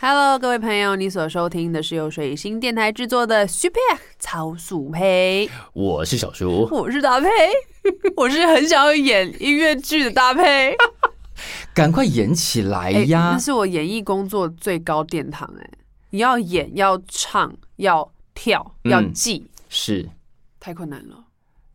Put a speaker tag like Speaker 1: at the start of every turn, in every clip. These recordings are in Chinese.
Speaker 1: Hello，各位朋友，你所收听的是由水星电台制作的 Super 超速 配，
Speaker 2: 我是小叔，
Speaker 1: 我是搭配， 我是很想要演音乐剧的搭配。
Speaker 2: 赶快演起来
Speaker 1: 哎
Speaker 2: 呀
Speaker 1: 那！是我演艺工作最高殿堂哎、你要演，要唱，要跳，
Speaker 2: 嗯
Speaker 1: 要记，
Speaker 2: 是，
Speaker 1: 太困难了。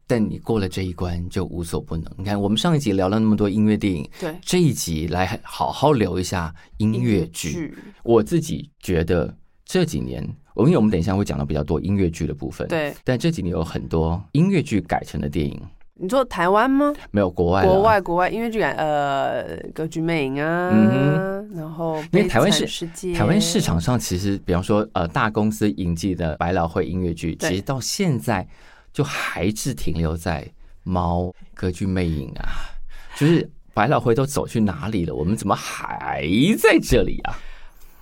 Speaker 2: 但你过了这一关就无所不能。你看，我们上一集聊了那么多音乐电影，
Speaker 1: 对，
Speaker 2: 这一集来好好聊一下音乐剧。我自己觉得这几年，因为我们等一下会讲到比较多音乐剧的部分，。
Speaker 1: 对，
Speaker 2: 但这几年有很多音乐剧改成的电影，
Speaker 1: 你说台湾吗？
Speaker 2: 没有国外啦
Speaker 1: 国，外国外音乐剧感，呃，歌剧魅影啊，
Speaker 2: 嗯
Speaker 1: 然后
Speaker 2: 因为台湾
Speaker 1: 是
Speaker 2: 是
Speaker 1: 世界，
Speaker 2: 台湾市场上其实，比方说呃大公司引进的百老汇音乐剧，
Speaker 1: 对
Speaker 2: 其实到现在就还是停留在猫歌剧魅影啊，就是百老汇都走去哪里了，我们怎么还在这里啊？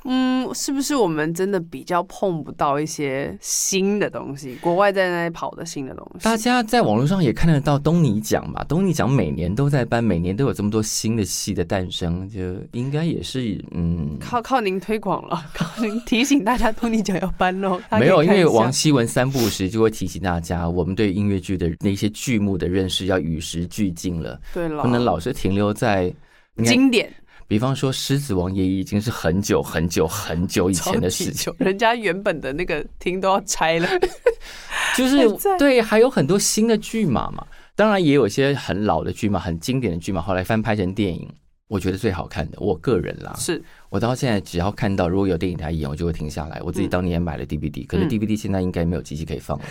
Speaker 1: 嗯，是不是我们真的比较碰不到一些新的东西？国外在那里跑的新的东
Speaker 2: 大
Speaker 1: 西，
Speaker 2: 家在网络上也看得到东尼奖嘛，东尼奖每年都在颁，每年都有这么多新的戏的诞生，就应该也是嗯。
Speaker 1: 靠靠您推广了， 靠您提醒大家托尼奖要搬喽。大家可
Speaker 2: 没
Speaker 1: 以
Speaker 2: 有，因
Speaker 1: 看一
Speaker 2: 为
Speaker 1: 下
Speaker 2: 王希文三不时就会提醒大家，我们对音乐剧的那些剧目的认识要与时俱进了。
Speaker 1: 对了，
Speaker 2: 不能老是停留在。你看，
Speaker 1: 经典
Speaker 2: 比方说《狮子王》也已经是很久很久很久以前的事情，
Speaker 1: 超级久人家原本的那个厅都要拆了。
Speaker 2: 就是
Speaker 1: 还在
Speaker 2: 对，还有很多新的剧码嘛。当然也有一些很老的剧嘛，很经典的剧嘛，后来翻拍成电影。我觉得最好看的，我个人啦，
Speaker 1: 是
Speaker 2: 我到现在只要看到如果有电影台演，我就会停下来。我自己当年也买了 DVD，、可是
Speaker 1: 嗯
Speaker 2: DVD 现在应该没有机器可以放了。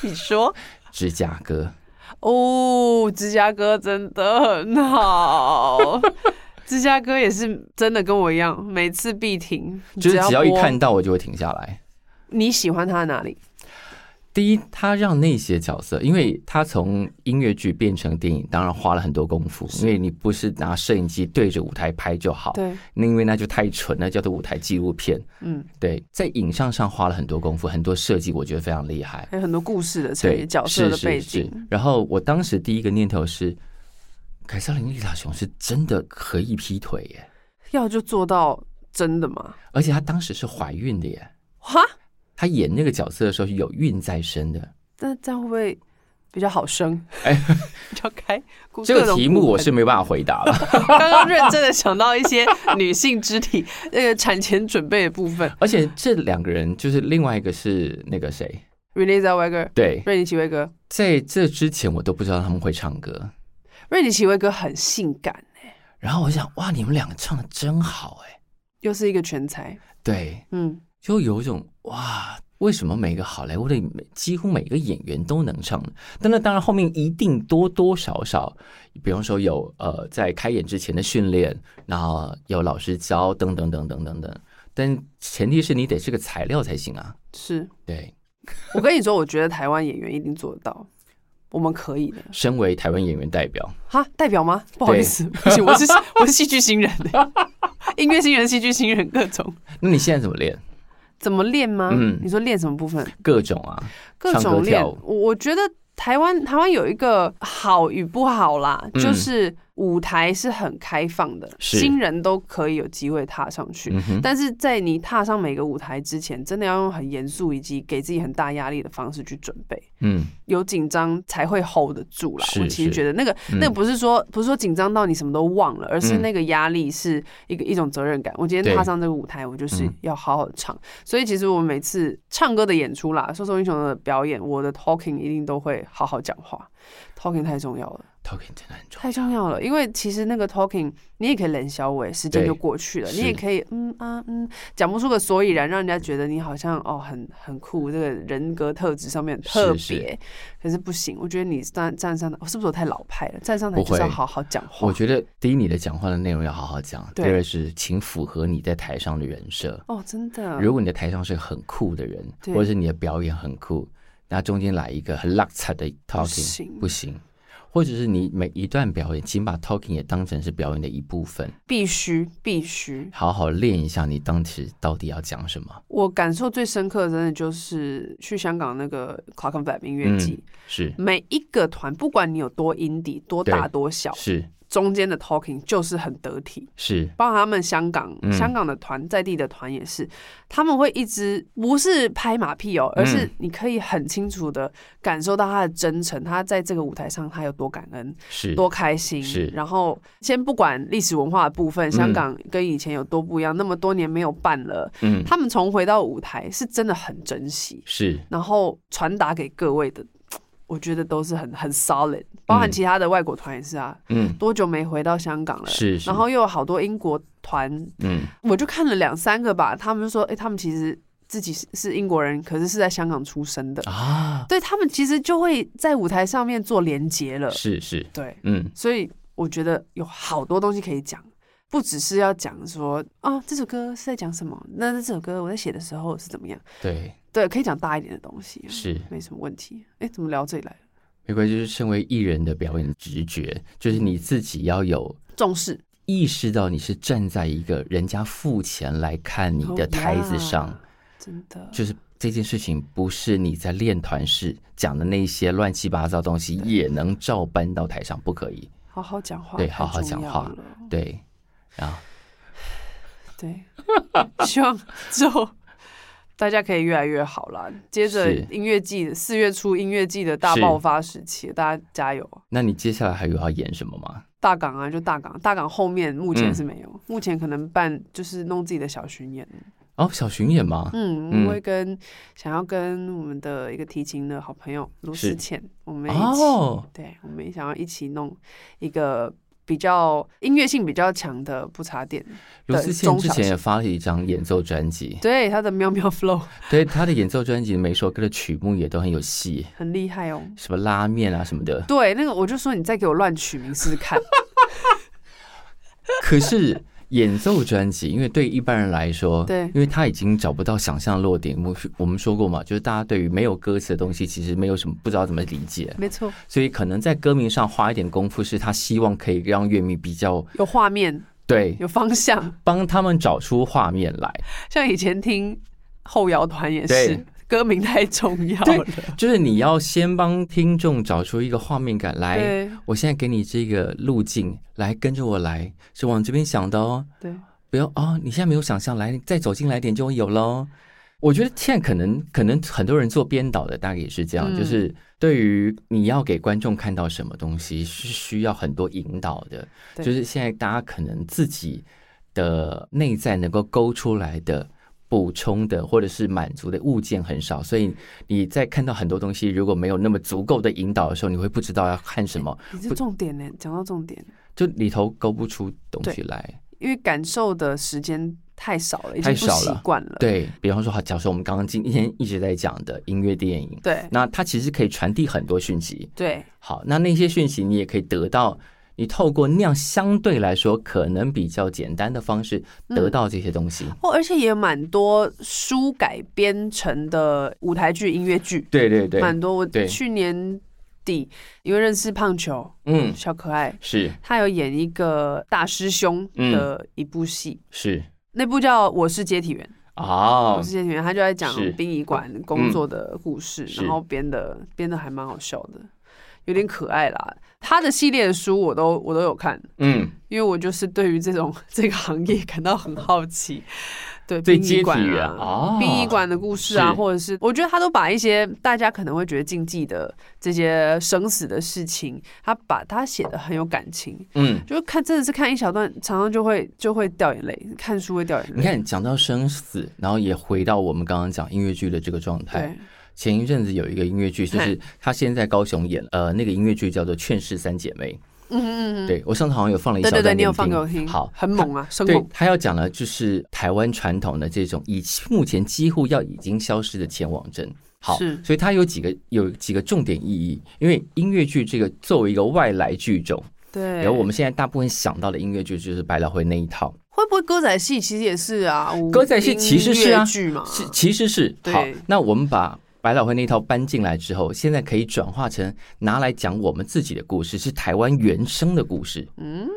Speaker 1: 你说
Speaker 2: 芝加哥，
Speaker 1: 哦，芝加哥真的很好。 芝加哥也是真的跟我一样，每次必听，
Speaker 2: 就是只要一
Speaker 1: 播
Speaker 2: 看到我就会停下来。
Speaker 1: 你喜欢他哪里？
Speaker 2: 第一，他让那些角色，因为他从音乐剧变成电影，当然花了很多功夫，因为你不是拿摄影机对着舞台拍就好，
Speaker 1: 对，
Speaker 2: 那因为那就太蠢了，叫做舞台纪录片。
Speaker 1: 嗯，
Speaker 2: 对，在影像上花了很多功夫，很多设计，我觉得非常厉害。
Speaker 1: 还有很多故事的成
Speaker 2: 对，
Speaker 1: 语、角色的
Speaker 2: 是
Speaker 1: 背
Speaker 2: 是
Speaker 1: 景。
Speaker 2: 是。然后我当时第一个念头是，凯瑟琳·丽塔熊是真的可以劈腿耶，
Speaker 1: 要就做到真的吗？
Speaker 2: 而且她当时是怀孕的耶，
Speaker 1: 哈，
Speaker 2: 她演那个角色的时候是有孕在身的。
Speaker 1: 那这样会不会比较好生？
Speaker 2: 哎，
Speaker 1: 比较开。顾
Speaker 2: 这
Speaker 1: 各
Speaker 2: 个
Speaker 1: 种
Speaker 2: 题目
Speaker 1: 顾
Speaker 2: 我
Speaker 1: 客
Speaker 2: 是没办法回答了。
Speaker 1: 刚刚认真的想到一些女性肢体 那个产前准备的部分。
Speaker 2: 而且这两个人就是另外一个是那个谁，
Speaker 1: Renee Zellweger，
Speaker 2: 对，
Speaker 1: 瑞尼奇威格，
Speaker 2: 在这之前我都不知道他们会唱歌，
Speaker 1: 瑞尼奇威格很性感，
Speaker 2: 然后我想哇，你们两个唱的真好哎，
Speaker 1: 又是一个全才。
Speaker 2: 对，
Speaker 1: 嗯，
Speaker 2: 就有一种哇，为什么每个好莱坞的每几乎每个演员都能唱呢？但那当然后面一定多多少少，比方说有呃在开演之前的训练，然后有老师教等等等等等等，但前提是你得是个材料才行啊，
Speaker 1: 是
Speaker 2: 对。
Speaker 1: 我跟你说，我觉得台湾演员一定做得到，我们可以的。
Speaker 2: 身为台湾演员代表，
Speaker 1: 哈，代表吗？不好意思， 不行，我是我是戏剧新人， 音乐新人、戏剧新人各种。
Speaker 2: 那你现在怎么练？
Speaker 1: 怎么练吗？
Speaker 2: 嗯
Speaker 1: 你说练什么部分？
Speaker 2: 各种啊，
Speaker 1: 各
Speaker 2: 唱
Speaker 1: 种
Speaker 2: 歌
Speaker 1: 练
Speaker 2: 跳舞。
Speaker 1: 我我觉得台湾台湾有一个好与不好啦，
Speaker 2: 嗯
Speaker 1: 就是舞台是很开放的，
Speaker 2: 是
Speaker 1: 新人都可以有机会踏上去。
Speaker 2: 嗯哼，
Speaker 1: 但是在你踏上每个舞台之前，真的要用很严肃以及给自己很大压力的方式去准备。
Speaker 2: 嗯，
Speaker 1: 有紧张才会 hold 得住啦。
Speaker 2: 是
Speaker 1: 我其实
Speaker 2: 是
Speaker 1: 觉得那个、那个
Speaker 2: 嗯
Speaker 1: 不是说不是说紧张到你什么都忘了，而是
Speaker 2: 嗯
Speaker 1: 那个压力是一个一种责任感。我今天
Speaker 2: 对
Speaker 1: 踏上这个舞台，我就是
Speaker 2: 嗯
Speaker 1: 要好好地唱。所以其实我每次唱歌的演出啦，《说说英雄》的表演，我的 talking 一定都会好好讲话。talking 太重要了，
Speaker 2: talking 真的很重要。
Speaker 1: 太重要了，因为其实那个 talking 你也可以冷消尾，时间
Speaker 2: 对
Speaker 1: 就过去了，你
Speaker 2: 是
Speaker 1: 也可以嗯啊嗯，讲不出个所以然，让人家觉得你好像哦很很酷，这个人格特质上面很特别，
Speaker 2: 是是
Speaker 1: 可是不行，我觉得你站站上台，哦是不是我太老派了？站上台
Speaker 2: 不
Speaker 1: 就
Speaker 2: 会
Speaker 1: 是要好好讲话
Speaker 2: 我。觉得第一，你的讲话的内容要好好讲；第
Speaker 1: 对
Speaker 2: 二是，请符合你在台上的人设。
Speaker 1: 哦，真的，
Speaker 2: 如果你的台上是很酷的人，
Speaker 1: 对
Speaker 2: 或者是你的表演很酷，那中间来一个很拉遢的 talking
Speaker 1: 行
Speaker 2: 不行，或者是你每一段表演，请把 talking 也当成是表演的一部分，
Speaker 1: 必须必须。
Speaker 2: 好好练一下你当时到底要讲什么。
Speaker 1: 我感受最深刻的，真的就是去香港那个 Clark and
Speaker 2: 嗯
Speaker 1: Fab 音乐季，
Speaker 2: 是
Speaker 1: 每一个团，不管你有多 indie、多大
Speaker 2: 对
Speaker 1: 多小，
Speaker 2: 是，
Speaker 1: 中间的 talking 就是很得体。
Speaker 2: 是
Speaker 1: 包括他们香港、
Speaker 2: 嗯
Speaker 1: 香港的团在地的团也是，他们会一直不是拍马屁
Speaker 2: 嗯
Speaker 1: 哦，而是你可以很清楚的感受到他的真诚，他在这个舞台上他有多感恩、
Speaker 2: 是
Speaker 1: 多开心。
Speaker 2: 是嗯
Speaker 1: 然后先不管历史文化的部分，香港跟以前有多不一样，那么多年没有办了，
Speaker 2: 嗯
Speaker 1: 他们重回到舞台是真的很珍惜，
Speaker 2: 是
Speaker 1: 然后传达给各位的。我觉得都是很很 solid，包含
Speaker 2: 嗯
Speaker 1: 其他的外国团也是啊，
Speaker 2: 嗯
Speaker 1: 多久没回到香港了？
Speaker 2: 是是
Speaker 1: 然后又有好多英国团，
Speaker 2: 嗯
Speaker 1: 我就看了两三个吧，他们就说，哎、他们其实自己是是英国人，可是是在香港出生的，
Speaker 2: 啊
Speaker 1: 对他们其实就会在舞台上面做连接了，
Speaker 2: 是是
Speaker 1: 对，
Speaker 2: 嗯
Speaker 1: 所以我觉得有好多东西可以讲。不只是要讲说啊，这首歌是在讲什么？那这首歌我在写的时候是怎么样？
Speaker 2: 对
Speaker 1: 对，可以讲大一点的东西，啊
Speaker 2: 是。
Speaker 1: 没什么问题。哎，怎么聊这里来了？
Speaker 2: 没关系，就是身为艺人的表演直觉，就是你自己要有
Speaker 1: 重视
Speaker 2: 意识到你是站在一个人家付钱来看你的台子上，
Speaker 1: Oh yeah，真的
Speaker 2: 就是这件事情不是你在练团式讲的那些乱七八糟东西也能照搬到台上，不可以。
Speaker 1: 好好讲话，
Speaker 2: 对好好讲话。对，然后
Speaker 1: 对， 希望之后大家可以越来越好啦。接着
Speaker 2: 是
Speaker 1: 音乐季的四月初音乐季的大
Speaker 2: 是
Speaker 1: 爆发时期，大家加油！
Speaker 2: 那你接下来还有要演什么吗？
Speaker 1: 大港啊，就大港，大港后面目前
Speaker 2: 嗯
Speaker 1: 是没有，目前可能办就是弄自己的小巡演。
Speaker 2: 哦，小巡演吗？
Speaker 1: 嗯，
Speaker 2: 嗯
Speaker 1: 我会跟想要跟我们的一个提琴的好朋友卢
Speaker 2: 是
Speaker 1: 思倩，我们一起，
Speaker 2: 哦，
Speaker 1: 对，我们也想要一起弄一个比较音乐性比较强的不插电，
Speaker 2: 卢
Speaker 1: 对
Speaker 2: 思倩
Speaker 1: 中
Speaker 2: 之
Speaker 1: 小
Speaker 2: 前
Speaker 1: 型
Speaker 2: 也发了一张演奏专辑，
Speaker 1: 对，他的喵喵 flow
Speaker 2: 对她的演奏专辑每首歌的曲目也都很有戏，
Speaker 1: 很厉害哦。
Speaker 2: 什么拉面啊什么的。
Speaker 1: 对，那个我就说你再给我乱取名试试看。
Speaker 2: 可是演奏专辑，因为对一般人来说，
Speaker 1: 对
Speaker 2: 因为他已经找不到想象落点。我我们说过嘛，就是大家对于没有歌词的东西，其实没有什么不知道怎么理解，
Speaker 1: 没错，
Speaker 2: 所以可能在歌名上花一点功夫，是他希望可以让乐迷比较
Speaker 1: 有画面，
Speaker 2: 对
Speaker 1: 有方向，
Speaker 2: 帮他们找出画面来。
Speaker 1: 像以前听后摇团也
Speaker 2: 对
Speaker 1: 是，歌名太重要了。
Speaker 2: 就是你要先帮听众找出一个画面感来。
Speaker 1: 对
Speaker 2: 我现在给你这个路径，来跟着我来，是往这边想的哦。
Speaker 1: 对，
Speaker 2: 不要啊、你现在没有想象，来你再走进来一点就会有喽。我觉得现在可能可能很多人做编导的大概也是这样，
Speaker 1: 嗯
Speaker 2: 就是对于你要给观众看到什么东西是需要很多引导的，
Speaker 1: 对
Speaker 2: 就是现在大家可能自己的内在能够勾出来的。补充的或者是满足的物件很少，所以你在看到很多东西如果没有那么足够的引导的时候，你会不知道要看什么，
Speaker 1: 你是重点呢，讲到重点，
Speaker 2: 就里头勾不出东西来。
Speaker 1: 因为感受的时间太少了，已经
Speaker 2: 太
Speaker 1: 不
Speaker 2: 少
Speaker 1: 习
Speaker 2: 了
Speaker 1: 惯了。
Speaker 2: 对，比方说，好，假设我们刚刚今天一直在讲的音乐电影，
Speaker 1: 对
Speaker 2: 那它其实可以传递很多讯息。
Speaker 1: 对
Speaker 2: 好，那那些讯息你也可以得到，你透过那样相对来说可能比较简单的方式
Speaker 1: 嗯
Speaker 2: 得到这些东西。
Speaker 1: 哦，而且也蛮多书改编成的舞台剧、音乐剧，
Speaker 2: 对对对，
Speaker 1: 蛮多。我
Speaker 2: 对
Speaker 1: 去年底因为认识胖球
Speaker 2: 嗯，
Speaker 1: 小可爱，
Speaker 2: 是
Speaker 1: 他有演一个大师兄
Speaker 2: 嗯
Speaker 1: 的一部戏，
Speaker 2: 是
Speaker 1: 那部叫《我是接体员》。
Speaker 2: 哦
Speaker 1: 我是接体员，他就在讲
Speaker 2: 是嗯
Speaker 1: 殡仪馆工作的故事，
Speaker 2: 是
Speaker 1: 然后编的编的还蛮好笑的，有点可爱啦。他的系列的书我都我都有看，
Speaker 2: 嗯，
Speaker 1: 因为我就是对于这种 这个行业感到很好奇。对，
Speaker 2: 对
Speaker 1: 殡仪馆
Speaker 2: 接体员
Speaker 1: 啊
Speaker 2: 哦，
Speaker 1: 殡仪馆的故事啊，
Speaker 2: 是
Speaker 1: 或者是我觉得他都把一些大家可能会觉得禁忌的这些生死的事情，他把它写的很有感情。
Speaker 2: 嗯。
Speaker 1: 就是看真的是看一小段，常常就会就会掉眼泪，看书会掉眼泪。
Speaker 2: 你看，讲到生死，然后也回到我们刚刚讲音乐剧的这个状态。
Speaker 1: 对，
Speaker 2: 前一阵子有一个音乐剧，就是他现在高雄演，呃，那个音乐剧叫做《劝世三姐妹》。
Speaker 1: 嗯嗯嗯，
Speaker 2: 对我上次好像有放了一小
Speaker 1: 对
Speaker 2: 段
Speaker 1: 对对，
Speaker 2: 给
Speaker 1: 你有放给我听，
Speaker 2: 听。好，
Speaker 1: 很猛啊，生
Speaker 2: 对
Speaker 1: 猛，
Speaker 2: 他要讲的就是台湾传统的这种以目前几乎要已经消失的前往症。好，
Speaker 1: 是
Speaker 2: 所以它有几个有几个重点意义，因为音乐剧这个作为一个外来剧种，
Speaker 1: 对。
Speaker 2: 然后我们现在大部分想到的音乐剧就是百老汇那一套，
Speaker 1: 会不会歌仔戏其实也是啊？舞
Speaker 2: 歌仔戏其实是
Speaker 1: 音
Speaker 2: 啊
Speaker 1: 乐剧嘛，
Speaker 2: 是其实是
Speaker 1: 对
Speaker 2: 好。那我们把百老汇那一套搬进来之后，现在可以转化成拿来讲我们自己的故事，是台湾原生的故事。
Speaker 1: 嗯，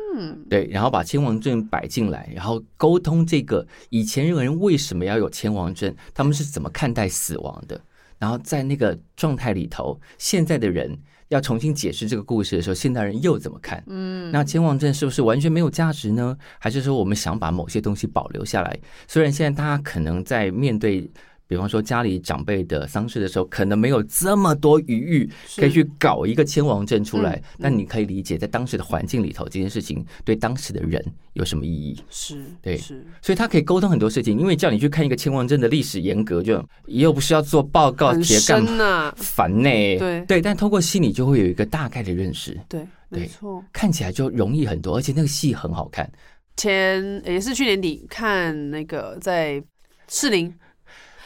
Speaker 2: 对，然后把千王证摆进来，然后沟通这个以前人为什么要有千王证，他们是怎么看待死亡的，然后在那个状态里头，现在的人要重新解释这个故事的时候，现代人又怎么看？
Speaker 1: 嗯，
Speaker 2: 那健忘症是不是完全没有价值呢？还是说我们想把某些东西保留下来？虽然现在大家可能在面对，比方说家里长辈的丧事的时候，可能没有这么多余裕可以去搞一个健忘症出来
Speaker 1: 嗯，
Speaker 2: 但你可以理解，在当时的环境里头，这件事情对当时的人有什么意义？
Speaker 1: 是，
Speaker 2: 对
Speaker 1: 是，
Speaker 2: 所以他可以沟通很多事情，因为叫你去看一个健忘症的历史严格，就又不是要做报告
Speaker 1: 很
Speaker 2: 写干嘛，
Speaker 1: 深啊呐、
Speaker 2: 烦呢、
Speaker 1: 对
Speaker 2: 对，但透过戏你就会有一个大概的认识。
Speaker 1: 对，
Speaker 2: 对
Speaker 1: 没错。
Speaker 2: 看起来就容易很多，而且那个戏很好看。
Speaker 1: 前也是去年底看那个在士林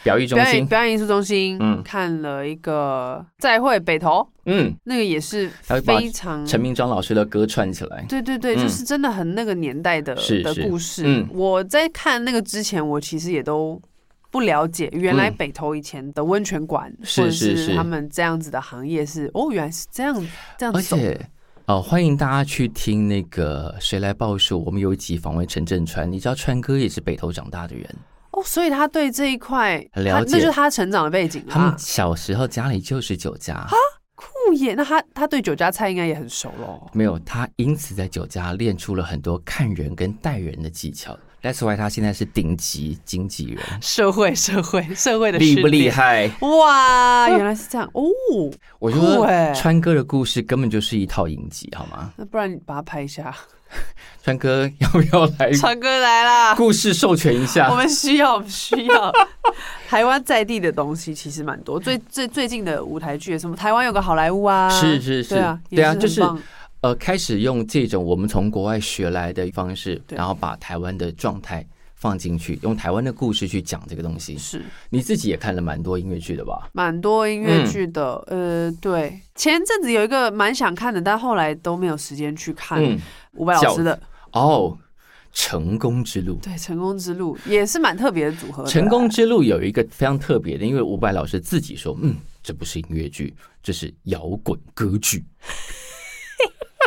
Speaker 2: 表艺中
Speaker 1: 表演
Speaker 2: 心，
Speaker 1: 表演艺术中心，
Speaker 2: 嗯
Speaker 1: 看了一个《再会北投》，
Speaker 2: 嗯，
Speaker 1: 那个也是
Speaker 2: 他会把
Speaker 1: 非常
Speaker 2: 陈明章老师的歌串起来，
Speaker 1: 对对对，
Speaker 2: 嗯
Speaker 1: 就是真的很那个年代的
Speaker 2: 是
Speaker 1: 的
Speaker 2: 是
Speaker 1: 故事。
Speaker 2: 嗯
Speaker 1: 我在看那个之前，我其实也都不了解，原来
Speaker 2: 嗯
Speaker 1: 北投以前的温泉馆、
Speaker 2: 是
Speaker 1: 或者
Speaker 2: 是是
Speaker 1: 他们这样子的行业是哦，原来是这样这样
Speaker 2: 而
Speaker 1: 走的。
Speaker 2: 且。哦，欢迎大家去听那个《谁来报数》，我们有一集访问陈振川，你知道川哥也是北投长大的人，
Speaker 1: 哦，所以他对这一块
Speaker 2: 很了
Speaker 1: 他
Speaker 2: 解
Speaker 1: 那就是他成长的背景啊
Speaker 2: 他们
Speaker 1: 啦。
Speaker 2: 小时候家里就是酒家，
Speaker 1: 酷耶，那他他对酒家菜应该也很熟喽。
Speaker 2: 没有他因此在酒家练出了很多看人跟待人的技巧。That's why 他现在是顶级经纪人，
Speaker 1: 社会社会 社会的
Speaker 2: 厉不
Speaker 1: 训练
Speaker 2: 厉？害？
Speaker 1: 哇，原来是这样哦。
Speaker 2: 我觉
Speaker 1: 酷
Speaker 2: 得
Speaker 1: 欸
Speaker 2: 川哥的故事根本就是一套影集，好吗？
Speaker 1: 那不然你把它拍一下，
Speaker 2: 川哥要不要来
Speaker 1: 川哥哦来啦。
Speaker 2: 故事授权一
Speaker 1: 我
Speaker 2: 下？
Speaker 1: 们需要，我们需要 台湾在地的东西，其实蛮多。最最最近的舞台剧，什么台湾有个好莱坞啊，
Speaker 2: 是是是
Speaker 1: 对啊，
Speaker 2: 对啊
Speaker 1: 也
Speaker 2: 就是
Speaker 1: 很棒
Speaker 2: 呃，开始用这种我们从国外学来的方式，
Speaker 1: 对
Speaker 2: 然后把台湾的状态放进去，用台湾的故事去讲这个东西。
Speaker 1: 是
Speaker 2: 你自己也看了蛮多音乐剧的吧？
Speaker 1: 蛮多音乐剧的。
Speaker 2: 嗯
Speaker 1: 呃，对，前阵子有一个蛮想看的，但后来都没有时间去看
Speaker 2: 嗯，
Speaker 1: 伍佰老师的，
Speaker 2: 哦，成功之路。
Speaker 1: 对，《成功之路》也是蛮特别的组合的啦。
Speaker 2: 成功之路有一个非常特别的，因为伍佰老师自己说，嗯，这不是音乐剧，这是摇滚歌剧。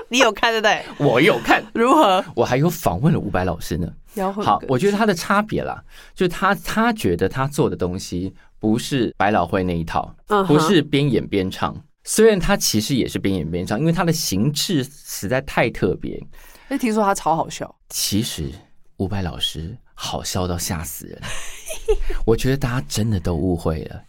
Speaker 1: 你有看对不对？
Speaker 2: 我有看，
Speaker 1: 如何？
Speaker 2: 我还有访问了伍佰老师呢。
Speaker 1: 摇滚
Speaker 2: 好，
Speaker 1: 歌
Speaker 2: 我觉得他的差别啦，就是他他觉得他做的东西不是百老汇那一套，
Speaker 1: 嗯哼
Speaker 2: 不是边演边唱。虽然他其实也是边演边唱，因为他的形制实在太特别。
Speaker 1: 哎，听说他超好笑，
Speaker 2: 其实伍佰老师好笑到吓死人，我觉得大家真的都误会了。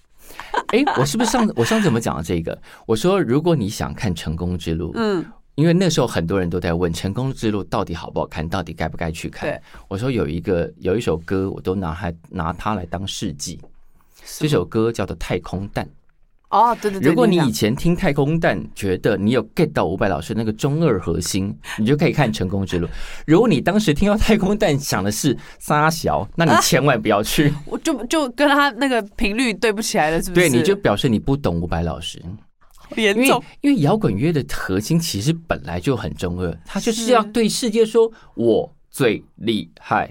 Speaker 2: 哎，我是不是上我上次怎么讲到这个？我说如果你想看《成功之路》，
Speaker 1: 嗯，
Speaker 2: 因为那时候很多人都在问《成功之路》到底好不好看，到底该不该去看
Speaker 1: 对。
Speaker 2: 我说有一个有一首歌，我都拿它拿它来当事迹。
Speaker 1: 这
Speaker 2: 这首歌叫做《太空蛋》。
Speaker 1: 哦，对对对，
Speaker 2: 如果你
Speaker 1: 讲
Speaker 2: 以前听《太空蛋》，觉得你有 get 到伍佰老师那个中二核心，你就可以看《成 功之路》。如果你当时听到《太空蛋》想的是沙小，那你
Speaker 1: 啊
Speaker 2: 千万不要去，
Speaker 1: 我就就跟他那个频率对不起来了，是不
Speaker 2: 对，
Speaker 1: 是？
Speaker 2: 你就表示你不懂伍佰老师。
Speaker 1: 严
Speaker 2: 因为
Speaker 1: 重。
Speaker 2: 因为摇滚乐的核心其实本来就很中二，它就是
Speaker 1: 是
Speaker 2: 要对世界说我最厉害，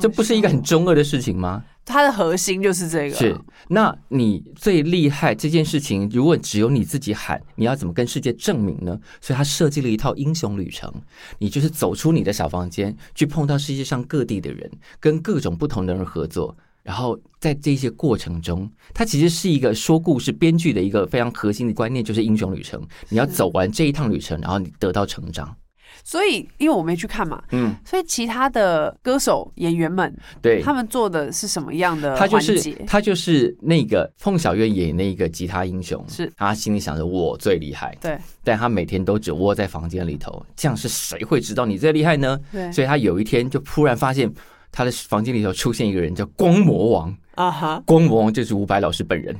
Speaker 2: 这不是一个很中二的事情吗？
Speaker 1: 它的核心就是这个，
Speaker 2: 是，那你最厉害这件事情，如果只有你自己喊，你要怎么跟世界证明呢？所以他设计了一套英雄旅程，你就是走出你的小房间，去碰到世界上各地的人，跟各种不同的人合作。然后在这些过程中，它其实是一个说故事编剧的一个非常核心的观念，就是英雄旅程。你要走完这一趟旅程，然后你得到成长。
Speaker 1: 所以因为我没去看嘛，
Speaker 2: 嗯，
Speaker 1: 所以其他的歌手演员们
Speaker 2: 对，
Speaker 1: 他们做的是什么样的
Speaker 2: 他
Speaker 1: 环
Speaker 2: 就是
Speaker 1: 节？
Speaker 2: 他就是那个凤小岳演那个吉他英雄，
Speaker 1: 是
Speaker 2: 他心里想着我最厉害，
Speaker 1: 对
Speaker 2: 但他每天都只窝在房间里头，这样是谁会知道你最厉害呢？
Speaker 1: 对
Speaker 2: 所以他有一天就突然发现，他的房间里头出现一个人叫光魔王，
Speaker 1: 啊 哈，
Speaker 2: 光魔王就是伍佰老师 本人，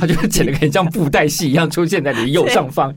Speaker 2: 他就整个很像布袋戏一样出现在你的右上方，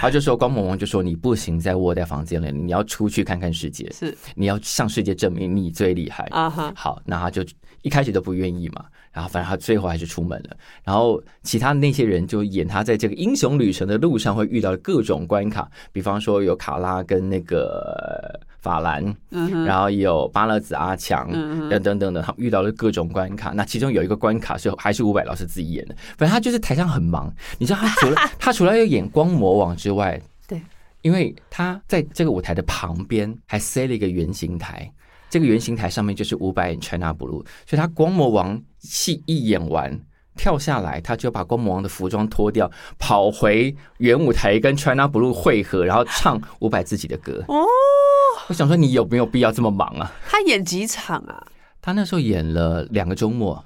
Speaker 2: 他就说光魔王就说你不行，再窝在房间里，你要出去看看世界，
Speaker 1: 是
Speaker 2: 你要向世界证明你最厉害。
Speaker 1: 啊哈，
Speaker 2: 好，那他就一开始都不愿意嘛，然后反正他最后还是出门了。然后其他那些人就演他在这个英雄旅程的路上会遇到的各种关卡，比方说有卡拉跟那个法兰，
Speaker 1: 嗯哼，
Speaker 2: 然后有巴勒子阿强。
Speaker 1: 嗯哼，
Speaker 2: 等等等等，他们遇到了各种关卡。那其中有一个关卡是还是伍佰老师自己演的，反正他就是台上很忙。你知道他除 了他除了要演光魔王之外，
Speaker 1: 对，
Speaker 2: 因为他在这个舞台的旁边还塞了一个圆形台，这个圆形台上面就是伍佰演 China Blue，所以他光魔王戏一演完，跳下来，他就把光魔王的服装脱掉，跑回原舞台跟 China Blue 汇合，然后唱伍佰自己的歌。
Speaker 1: 哦，
Speaker 2: 我想说，你有没有必要这么忙啊？
Speaker 1: 他演几场啊？
Speaker 2: 他那时候演了两个周末，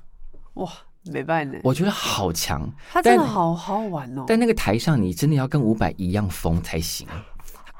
Speaker 1: 哇，没办呢，
Speaker 2: 我觉得好强。
Speaker 1: 他真的
Speaker 2: 但
Speaker 1: 好好玩哦。
Speaker 2: 但那个台上，你真的要跟伍佰一样疯才行，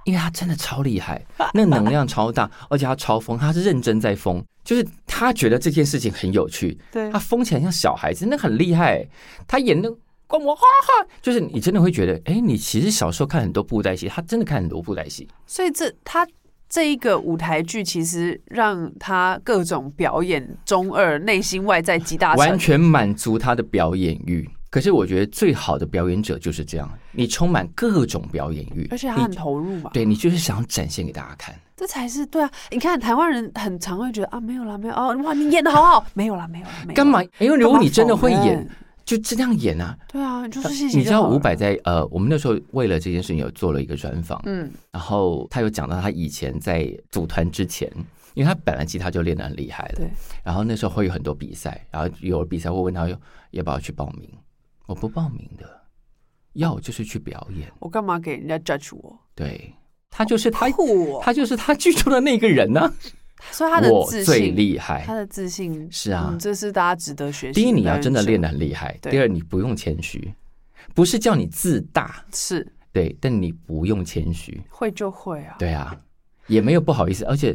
Speaker 2: 因为他真的超厉害，那能量超大， 而且他超疯，他是认真在疯，就是他觉得这件事情很有趣，
Speaker 1: 对
Speaker 2: 他，疯起来像小孩子，那很厉害。他演那个光魔，哈哈，就是你真的会觉得，哎、你其实小时候看很多布袋戏，他真的看很多布袋戏。
Speaker 1: 所以这他这一个舞台剧，其实让他各种表演中二、内心外在集大
Speaker 2: 完
Speaker 1: 成。
Speaker 2: 全满足他的表演欲。可是我觉得最好的表演者就是这样，你充满各种表演欲，
Speaker 1: 而且他
Speaker 2: 你
Speaker 1: 很投入嘛，
Speaker 2: 对你就是想要展现给大家看。
Speaker 1: 这才是对啊！你看台湾人很常会觉得啊，没有啦，没有哦，哇，你演的好好，没有啦，没有啦，没有啦
Speaker 2: 干？嘛？因为
Speaker 1: 干
Speaker 2: 如果
Speaker 1: 嘛
Speaker 2: 你真的
Speaker 1: 否
Speaker 2: 会
Speaker 1: 认
Speaker 2: 演，，就这样演啊。
Speaker 1: 对啊，你就是谢谢。
Speaker 2: 你知道伍，佰在呃，我们那时候为了这件事情有做了一个专访，
Speaker 1: 嗯，
Speaker 2: 然后他有讲到他以前在组团之前，因为他本来吉他就练得很厉害了，
Speaker 1: 对。
Speaker 2: 然后那时候会有很多比赛，然后有了比赛会问他要不要去报名，我不报名的，要就是去表演。
Speaker 1: 我干嘛给人家 judge 我？
Speaker 2: 对，他就是他，
Speaker 1: 酷哦！
Speaker 2: 他就是他剧中的那个人呢、
Speaker 1: 所以他的
Speaker 2: 我
Speaker 1: 自
Speaker 2: 最
Speaker 1: 信，
Speaker 2: 厉害
Speaker 1: 他。的自信
Speaker 2: 是啊
Speaker 1: 嗯这是大家值得学习。
Speaker 2: 第一，你要真的练，得很厉害；
Speaker 1: 对
Speaker 2: 第二，你不用谦虚，不是叫你自大，
Speaker 1: 是
Speaker 2: 对，但你不用谦虚。
Speaker 1: 会就会啊，
Speaker 2: 对啊，也没有不好意思，而且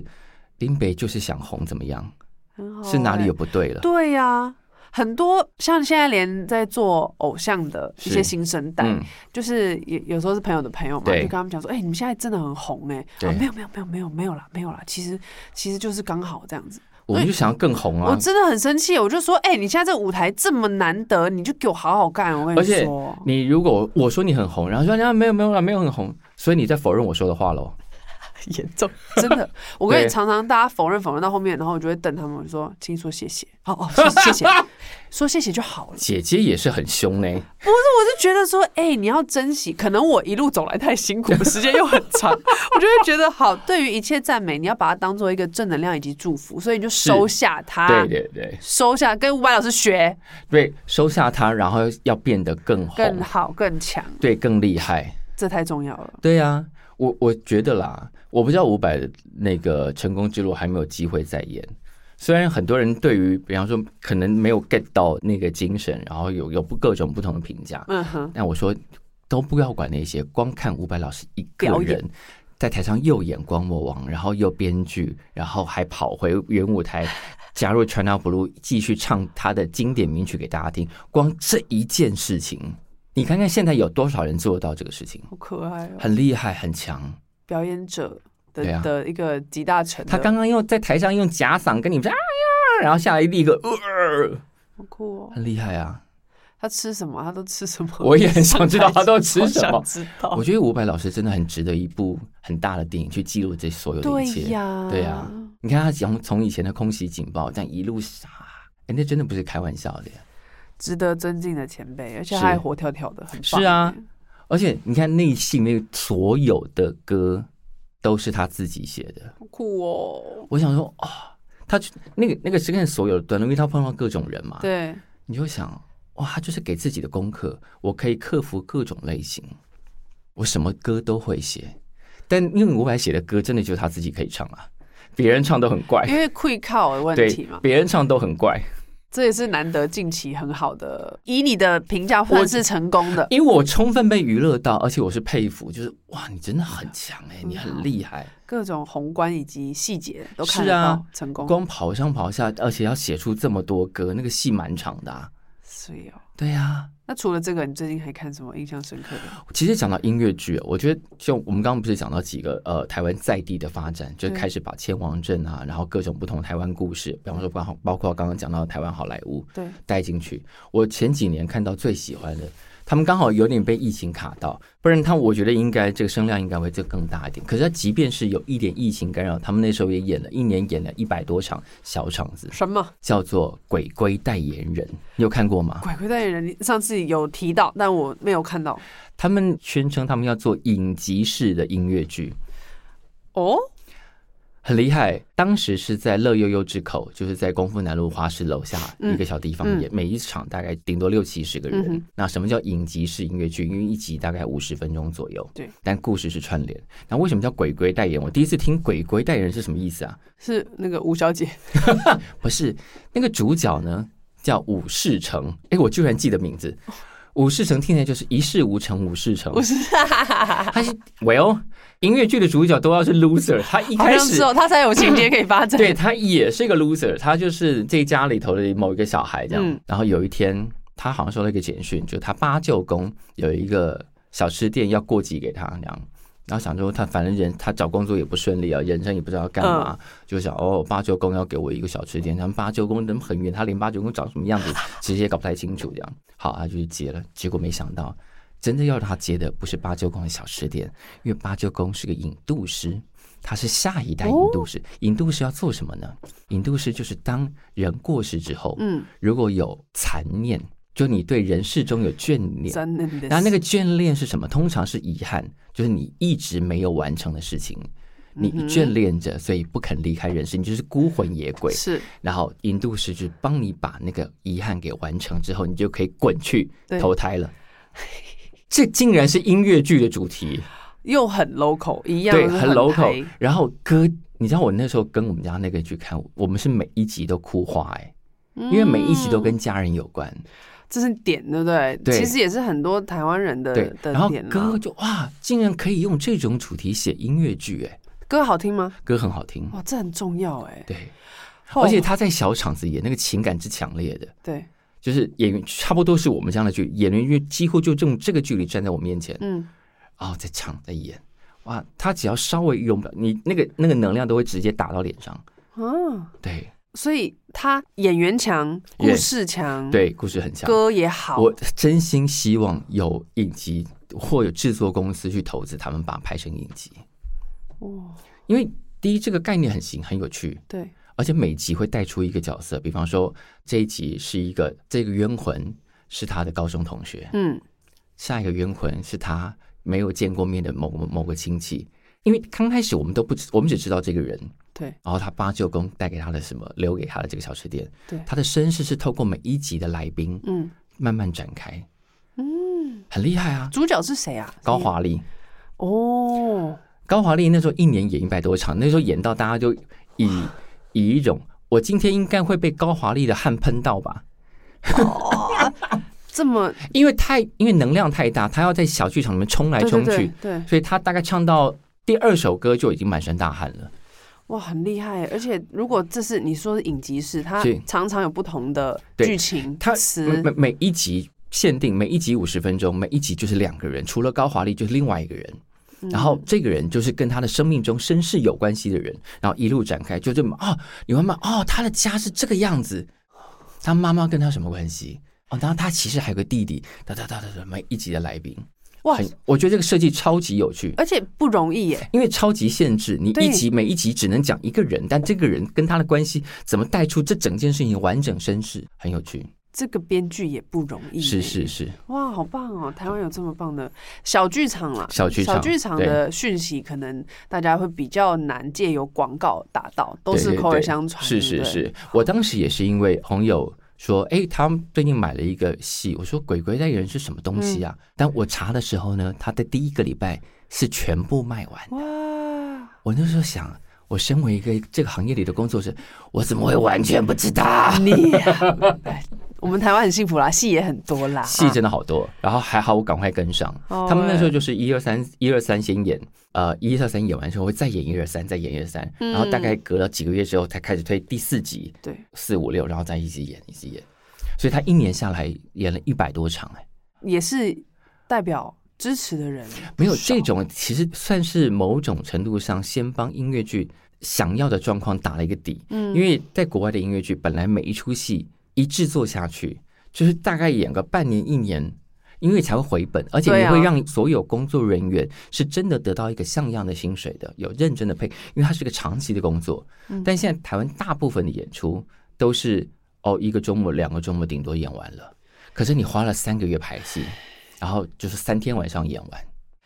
Speaker 2: 林北就是想红，怎么样？
Speaker 1: 很好欸。
Speaker 2: 是哪里有不对了？
Speaker 1: 对呀、很多像现在连在做偶像的一些
Speaker 2: 是
Speaker 1: 新生代，
Speaker 2: 嗯，
Speaker 1: 就是有有时候是朋友的朋友嘛，就
Speaker 2: 对
Speaker 1: 跟他们讲说，哎、你们现在真的很红哎、
Speaker 2: 对
Speaker 1: 啊，没有没有没有没有没有啦，没有啦，其实其实就是刚好这样子。
Speaker 2: 我们就想要更红
Speaker 1: 我
Speaker 2: 啊。
Speaker 1: 真的很生气，我就说，哎、你现在这舞台这么难得，你就给我好好干，我跟
Speaker 2: 而
Speaker 1: 你
Speaker 2: 且
Speaker 1: 说，
Speaker 2: 你如果我说你很红，然后说啊没有没有啦，没有很红，所以你在否认我说的话喽。
Speaker 1: 严重，真 的。我跟你
Speaker 2: 对
Speaker 1: 常常大家否认否认到后面，然后我就会等他们我就说，请你说谢谢，哦哦，谢谢谢 谢，说谢谢就好了。
Speaker 2: 姐姐也是很凶呢，
Speaker 1: 我就觉得说，哎、你要珍惜。可能我一路走来太辛苦，时间又很 长，我就会觉得好。对于一切赞美，你要把它当做一个正能量以及祝福，所以你就收下它，
Speaker 2: 对对对。
Speaker 1: 收下，跟伍佰老师学，
Speaker 2: 对，收下它，然后要变得更红，
Speaker 1: 更好更强，
Speaker 2: 对，更厉害。
Speaker 1: 这太重要了。
Speaker 2: 对啊，我我觉得啦，我不知道伍佰的那个成功之路还没有机会再演。虽然很多人对于，比方说可能没有 get 到那个精神，然后有有不各种不同的评价，
Speaker 1: 嗯哼，
Speaker 2: 但我说都不要管那些，光看伍佰老师一个
Speaker 1: 表演
Speaker 2: 人在台上又演光魔王，然后又编剧，然后还跑回原舞 台。加入 China Blue 继续唱他的经典名曲给大家听，光这一件事情，你看看现在有多少人做得到这个事情，
Speaker 1: 好可爱哦，
Speaker 2: 很厉害，很强。
Speaker 1: 表演者的、
Speaker 2: 对啊
Speaker 1: 的一个集大成的，
Speaker 2: 他刚刚用在台上用假嗓跟你们说哎呀，然后下来立一个，呃
Speaker 1: 好酷哦。
Speaker 2: 很厉害啊！
Speaker 1: 他吃什么？他都吃什么？
Speaker 2: 我也很想 知道他都吃什
Speaker 1: 我想。
Speaker 2: 么
Speaker 1: 知道
Speaker 2: 我。觉得伍佰老师真的很值得一部很大的电影去记录这所有的
Speaker 1: 对
Speaker 2: 一切。
Speaker 1: 呀，
Speaker 2: 对啊呀你看他从从以前的空袭警报，这样一路杀，哎，那真的不是开玩笑的耶。
Speaker 1: 值得尊敬的前辈，而且
Speaker 2: 是
Speaker 1: 他还活跳跳的，很棒。
Speaker 2: 是啊，而且你看内信那个所有的歌都是他自己写的。
Speaker 1: 好酷哦。
Speaker 2: 我想说，哦，他去那个那个是跟所有的段落，因为他碰到各种人嘛，
Speaker 1: 对，
Speaker 2: 你就会想，哇，他就是给自己的功课，我可以克服各种类型，我什么歌都会写。但因为伍佰写的歌真的就是他自己可以唱啊，别人唱都很怪。
Speaker 1: 因为 quick call 的问题
Speaker 2: 哎对
Speaker 1: 嘛，，
Speaker 2: 别人唱都很怪，
Speaker 1: 这也是难得近期很好的，以你的评价算是成功的。
Speaker 2: 因为我充分被娱乐到，而且我是佩服，就是哇，你真的很强哎、你很厉害，
Speaker 1: 各种宏观以及细节都看得
Speaker 2: 是啊
Speaker 1: 到成功，
Speaker 2: 光跑上跑下，而且要写出这么多歌，那个戏蛮长的、啊。
Speaker 1: 所以哦。
Speaker 2: 对啊呀、
Speaker 1: 那除了这个，你最近还看什么印象深刻的？
Speaker 2: 其实讲到音乐剧，我觉得就我们刚刚不是讲到几个呃台湾在地的发展，就
Speaker 1: 对
Speaker 2: 开始把千王镇啊，然后各种不同台湾故事，比方说包包括刚刚讲到的台湾好莱坞
Speaker 1: 对，
Speaker 2: 带进去。我前几年看到最喜欢的，他们刚好有点被疫情卡到，不然他我觉得应该这个声量应该会就更大一点。可是他即便是有一点疫情干扰，他们那时候也演了一年演了一百多场小场子，
Speaker 1: 什么
Speaker 2: 叫做《鬼鬼代言人》，你有看过吗？
Speaker 1: 鬼鬼代言人？你上次有提到，但我没有看到
Speaker 2: 他们宣称他们要做影集式的音乐剧。
Speaker 1: 哦。
Speaker 2: 很厉害。当时是在乐悠悠之口，就是在功夫南路花市楼下
Speaker 1: 嗯
Speaker 2: 一个小地方
Speaker 1: 嗯
Speaker 2: 演，每一场大概顶多六七十个
Speaker 1: 嗯
Speaker 2: 人。
Speaker 1: 哼
Speaker 2: 那什么叫影集式音乐剧？因为一集大概五十分钟左右，
Speaker 1: 对。
Speaker 2: 但故事是串联。那为什么叫鬼鬼代言？我第一次听鬼鬼代言人是什么意思啊？
Speaker 1: 是那个吴小 姐，
Speaker 2: 不是那个主角呢，叫武世成。哎，我居然记得 名字。武世成听起来就是一事无成，武世成
Speaker 1: 不。是，
Speaker 2: 他是 Well，音乐剧的主角都要是 loser。他一
Speaker 1: 好
Speaker 2: 开
Speaker 1: 像
Speaker 2: 始
Speaker 1: 是哦，她才有情节可以发展。
Speaker 2: 对他也是一个 loser，他就是这家里头的某一个小孩这样。
Speaker 1: 嗯
Speaker 2: 然后有一天，他好像收到一个简讯，就他八舅公有一个小吃店要过继给他这样。然后想说他反正人他找工作也不顺利啊，人生也不知道要干嘛，就想哦八舅公要给我一个小吃店，他们八舅公人很远，他连八舅公长什么样子其实也搞不太清楚这样。好，他就去接了，结果没想到真的要让他接的不是八舅公的小吃店，因为八舅公是个引渡师，他是下一代引渡
Speaker 1: 哦
Speaker 2: 师。引渡师要做什么呢？引渡师就是当人过世之后，
Speaker 1: 嗯，
Speaker 2: 如果有残念，就你对人世中有眷恋，
Speaker 1: 真的。
Speaker 2: 然后那个眷恋是什么？通常是遗憾，就是你一直没有完成的事情。你
Speaker 1: 嗯哼
Speaker 2: 眷恋着，所以不肯离开人世，你就是孤魂野鬼。
Speaker 1: 是
Speaker 2: 然后引渡师就帮你把那个遗憾给完成之后，你就可以滚去
Speaker 1: 对
Speaker 2: 投胎了。 这竟然是音乐剧的主题，
Speaker 1: 又很 local，一样
Speaker 2: 对，
Speaker 1: 是
Speaker 2: 很
Speaker 1: 台
Speaker 2: local。然后歌，你知道我那时候跟我们家那个去看，我们是每一集都哭花哎、因为每一集都
Speaker 1: 嗯
Speaker 2: 跟家人有关。
Speaker 1: 这是点，对不对？
Speaker 2: 对
Speaker 1: 其实也是很多台湾人的
Speaker 2: 对，然
Speaker 1: 的
Speaker 2: 后
Speaker 1: 点啦
Speaker 2: 歌就哇，竟然可以用这种主题写音乐剧哎、
Speaker 1: 歌好听吗？
Speaker 2: 歌很好听，
Speaker 1: 哇，这很重要哎。
Speaker 2: 对，
Speaker 1: 哦
Speaker 2: 而且他在小场子演，那个情感之强烈的。
Speaker 1: 对，
Speaker 2: 就是演员差不多是我们这样的剧，演员就几乎就这种这个距离站在我面前，
Speaker 1: 嗯，
Speaker 2: 然后在唱在演，哇，他只要稍微用不了，你那个那个能量都会直接打到脸上。
Speaker 1: 啊，
Speaker 2: 对
Speaker 1: 所以他演员强，
Speaker 2: 演
Speaker 1: 故事强，，
Speaker 2: 对，故事很强。
Speaker 1: 歌也好，
Speaker 2: 我真心希望有影集或有制作公司去投资他们，把它拍成影集，
Speaker 1: 哇，
Speaker 2: 因为第一这个概念很新很有趣，
Speaker 1: 对，
Speaker 2: 而且每集会带出一个角色，比方说这一集是一个这个冤魂是他的高中同学，
Speaker 1: 嗯，
Speaker 2: 下一个冤魂是他没有见过面的某某某个亲戚，因为刚开始我们都不知，我们只知道这个人，
Speaker 1: 对，
Speaker 2: 然后他八舅公带给他的什么，留给他的这个小吃店，
Speaker 1: 对
Speaker 2: 他的身世是透过每一集的来宾
Speaker 1: 嗯
Speaker 2: 慢慢展开，
Speaker 1: 嗯，
Speaker 2: 很厉害啊！
Speaker 1: 主角是谁啊？
Speaker 2: 高华丽，
Speaker 1: 哦，
Speaker 2: 高华丽那时候一年演一百多场，那时候演到大家就以以一种我今天应该会被高华丽的汗喷到吧，
Speaker 1: 这么
Speaker 2: 因为太因为能量太大，他要在小剧场里面冲来
Speaker 1: 对
Speaker 2: 冲
Speaker 1: 对
Speaker 2: 去，
Speaker 1: 对对，
Speaker 2: 所以他大概唱到第二首歌就已经满身大汗了。
Speaker 1: 哇，很厉害耶！欸而且如果这是你说的影集式，它
Speaker 2: 是
Speaker 1: 常常有不同的
Speaker 2: 对
Speaker 1: 剧情
Speaker 2: 它每
Speaker 1: 词，
Speaker 2: 每每一集限定，每一集五十分钟，每一集就是两个人，除了高华丽就是另外一个人。
Speaker 1: 嗯
Speaker 2: 然后这个人就是跟他的生命中身世有关系的人，然后一路展开，就这么哦，你慢慢哦，他的家是这个样子，他妈妈跟他什么关系？哦，然后他其实还有个弟弟，哒哒哒哒哒，每一集的来宾，
Speaker 1: 哇
Speaker 2: 很，我觉得这个设计超级有趣，
Speaker 1: 而且不容易耶，
Speaker 2: 因为超级限制，你
Speaker 1: 对
Speaker 2: 一集每一集只能讲一个人，但这个人跟他的关系怎么带出这整件事情完整身世，很有趣，
Speaker 1: 这个编剧也不容易，
Speaker 2: 是是，是，
Speaker 1: 哇，好棒哦！台湾有这么棒的小剧场啦，
Speaker 2: 嗯小剧场
Speaker 1: 小剧场的讯息可能大家会比较难借由广告达到，都是
Speaker 2: 对对
Speaker 1: 口耳
Speaker 2: 对
Speaker 1: 相传，
Speaker 2: 是
Speaker 1: 对
Speaker 2: 是
Speaker 1: 不对，
Speaker 2: 是，我当时也是因为朋友说，哎、他们最近买了一个戏，我说《鬼鬼代言人》是什么东西啊？
Speaker 1: 嗯
Speaker 2: 但我查的时候呢，他的第一个礼拜是全部卖完。
Speaker 1: 哇，
Speaker 2: 我那时候想，我身为一个这个行业里的工作者，我怎么会完全不知道？
Speaker 1: 你， 哎我们台湾很幸福啦，戏也很多啦，
Speaker 2: 戏
Speaker 1: 啊
Speaker 2: 真的好多，然后还好我赶快跟上。
Speaker 1: 哦
Speaker 2: 他们那时候就是一二三一二三先演，呃一二三演完之后会再演一二三，再演一二三，
Speaker 1: 嗯
Speaker 2: 然后大概隔了几个月之后才开始推第四集，
Speaker 1: 对。
Speaker 2: 四五六，然后再一直演，一直演。所以他一年下来演了一百多场、哎，
Speaker 1: 也是代表支持的人，
Speaker 2: 没有这种，其实算是某种程度上先帮音乐剧想要的状况打了一个底。
Speaker 1: 嗯
Speaker 2: 因为在国外的音乐剧，本来每一出戏一制作下去，就是大概演个半年一年，音乐才会回本，而且
Speaker 1: 对
Speaker 2: 你
Speaker 1: 啊
Speaker 2: 会让所有工作人员是真的得到一个像样的薪水的，有认真的配，因为它是个长期的工作
Speaker 1: 嗯。
Speaker 2: 但现在台湾大部分的演出都是哦，一个周末、两个周末顶多演完了，可是你花了三个月排戏，然后就是三天晚上演完。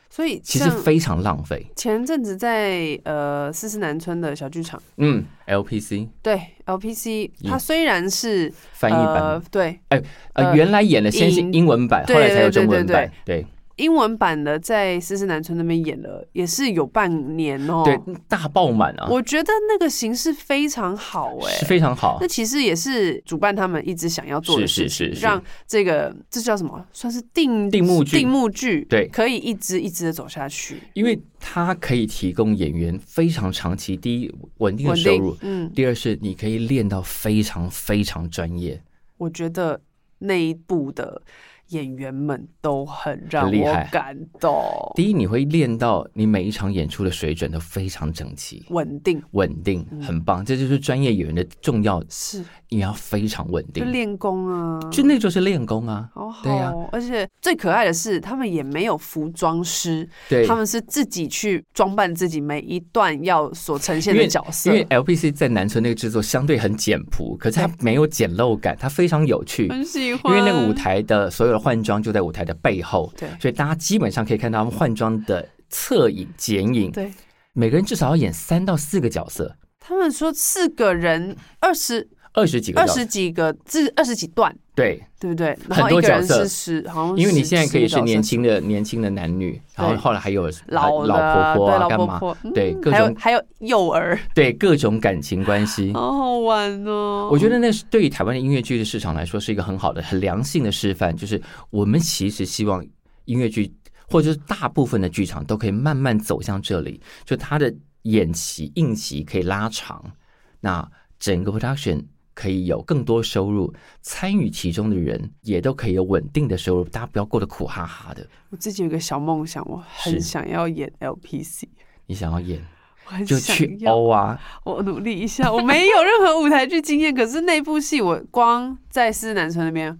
Speaker 1: 所以
Speaker 2: 其实
Speaker 1: 像
Speaker 2: 非常浪费。
Speaker 1: 前阵子在呃四四南村的小剧场，
Speaker 2: 嗯，LPC
Speaker 1: 对 LPC，
Speaker 2: 嗯
Speaker 1: 它虽然是
Speaker 2: 翻译
Speaker 1: 呃
Speaker 2: 版，
Speaker 1: 对
Speaker 2: 呃，
Speaker 1: 呃
Speaker 2: 原来演的先是
Speaker 1: 影
Speaker 2: 英文版，
Speaker 1: 对
Speaker 2: 后来才有中
Speaker 1: 对
Speaker 2: 文
Speaker 1: 对
Speaker 2: 版。对
Speaker 1: 英文版的，在四四南村那边演了，也是有半年哦。
Speaker 2: 对，大爆满啊，
Speaker 1: 我觉得那个形式非常好哎、
Speaker 2: 是非常好
Speaker 1: 那。其实也是主办他们一直想要做的事
Speaker 2: 是是
Speaker 1: 情，
Speaker 2: 是是
Speaker 1: 让这个这叫什么？算是定
Speaker 2: 定目剧
Speaker 1: 定目剧
Speaker 2: 对
Speaker 1: 可以一直一直的走下去，
Speaker 2: 因为它可以提供演员非常长期，第一稳定的收入，，
Speaker 1: 嗯，
Speaker 2: 第二是你可以练到非常非常专业，
Speaker 1: 我觉得那一部的演员们都很让
Speaker 2: 很厉
Speaker 1: 我
Speaker 2: 害
Speaker 1: 感动，
Speaker 2: 第一，你会练到你每一场演出的水准都非常整齐、
Speaker 1: 稳定
Speaker 2: 稳定，
Speaker 1: 嗯
Speaker 2: 很棒。这就是专业演员的重要，
Speaker 1: 是
Speaker 2: 你要非常稳
Speaker 1: 就
Speaker 2: 定，
Speaker 1: 练功啊，
Speaker 2: 就那就是练功啊。
Speaker 1: 好好、
Speaker 2: 对呀
Speaker 1: 哦，而且最可爱的是，他们也没有服装师，
Speaker 2: 对，
Speaker 1: 他们是自己去装扮自己每一段要所呈现
Speaker 2: 因
Speaker 1: 的
Speaker 2: 为
Speaker 1: 角色
Speaker 2: 因，为 LPC 在南村那个制作相对很简朴，可是它没有简陋感，它非常有趣。
Speaker 1: 很喜欢，
Speaker 2: 因为那个舞台的所有的换装就在舞台的背后，
Speaker 1: 对
Speaker 2: 所以大家基本上可以看到他们换装的侧影、剪影。
Speaker 1: 对。
Speaker 2: 每个人至少要演三到四个角色，
Speaker 1: 他们说四个人二十
Speaker 2: 二十几个
Speaker 1: 二
Speaker 2: 角色
Speaker 1: 十。几个至二十几段，
Speaker 2: 对，
Speaker 1: 对不对？然
Speaker 2: 很
Speaker 1: 后一
Speaker 2: 多
Speaker 1: 个人
Speaker 2: 角色
Speaker 1: 是十，好像
Speaker 2: 因为你
Speaker 1: 十
Speaker 2: 现在可以
Speaker 1: 十
Speaker 2: 是
Speaker 1: 个角色
Speaker 2: 年轻的年轻的男女，然后
Speaker 1: 对
Speaker 2: 后来还有
Speaker 1: 老
Speaker 2: 老
Speaker 1: 的
Speaker 2: 婆婆
Speaker 1: 对
Speaker 2: 啊，
Speaker 1: 老
Speaker 2: 干
Speaker 1: 婆
Speaker 2: 嘛？
Speaker 1: 婆，嗯
Speaker 2: 对各
Speaker 1: 还有
Speaker 2: 种
Speaker 1: 还有幼儿，
Speaker 2: 对各种感情关系。
Speaker 1: 好好玩哦。
Speaker 2: 我觉得那是对于台湾的音乐剧的市场来说是一个很好的、很良性的示范，就是我们其实希望音乐剧或者是大部分的剧场都可以慢慢走向这里，就它的演期、映期可以拉长，那整个 production 可以有更多收入，参与其中的人也都可以有稳定的收入，大家不要过得苦哈哈的。
Speaker 1: 我自己有个小梦想，我很
Speaker 2: 是
Speaker 1: 想要演 LPC，
Speaker 2: 你想要演
Speaker 1: 我很
Speaker 2: 就
Speaker 1: 想
Speaker 2: 去
Speaker 1: 要。
Speaker 2: 欧啊，
Speaker 1: 我努力一下， 我没有任何舞台剧经验，可是那部戏我光在四南村那边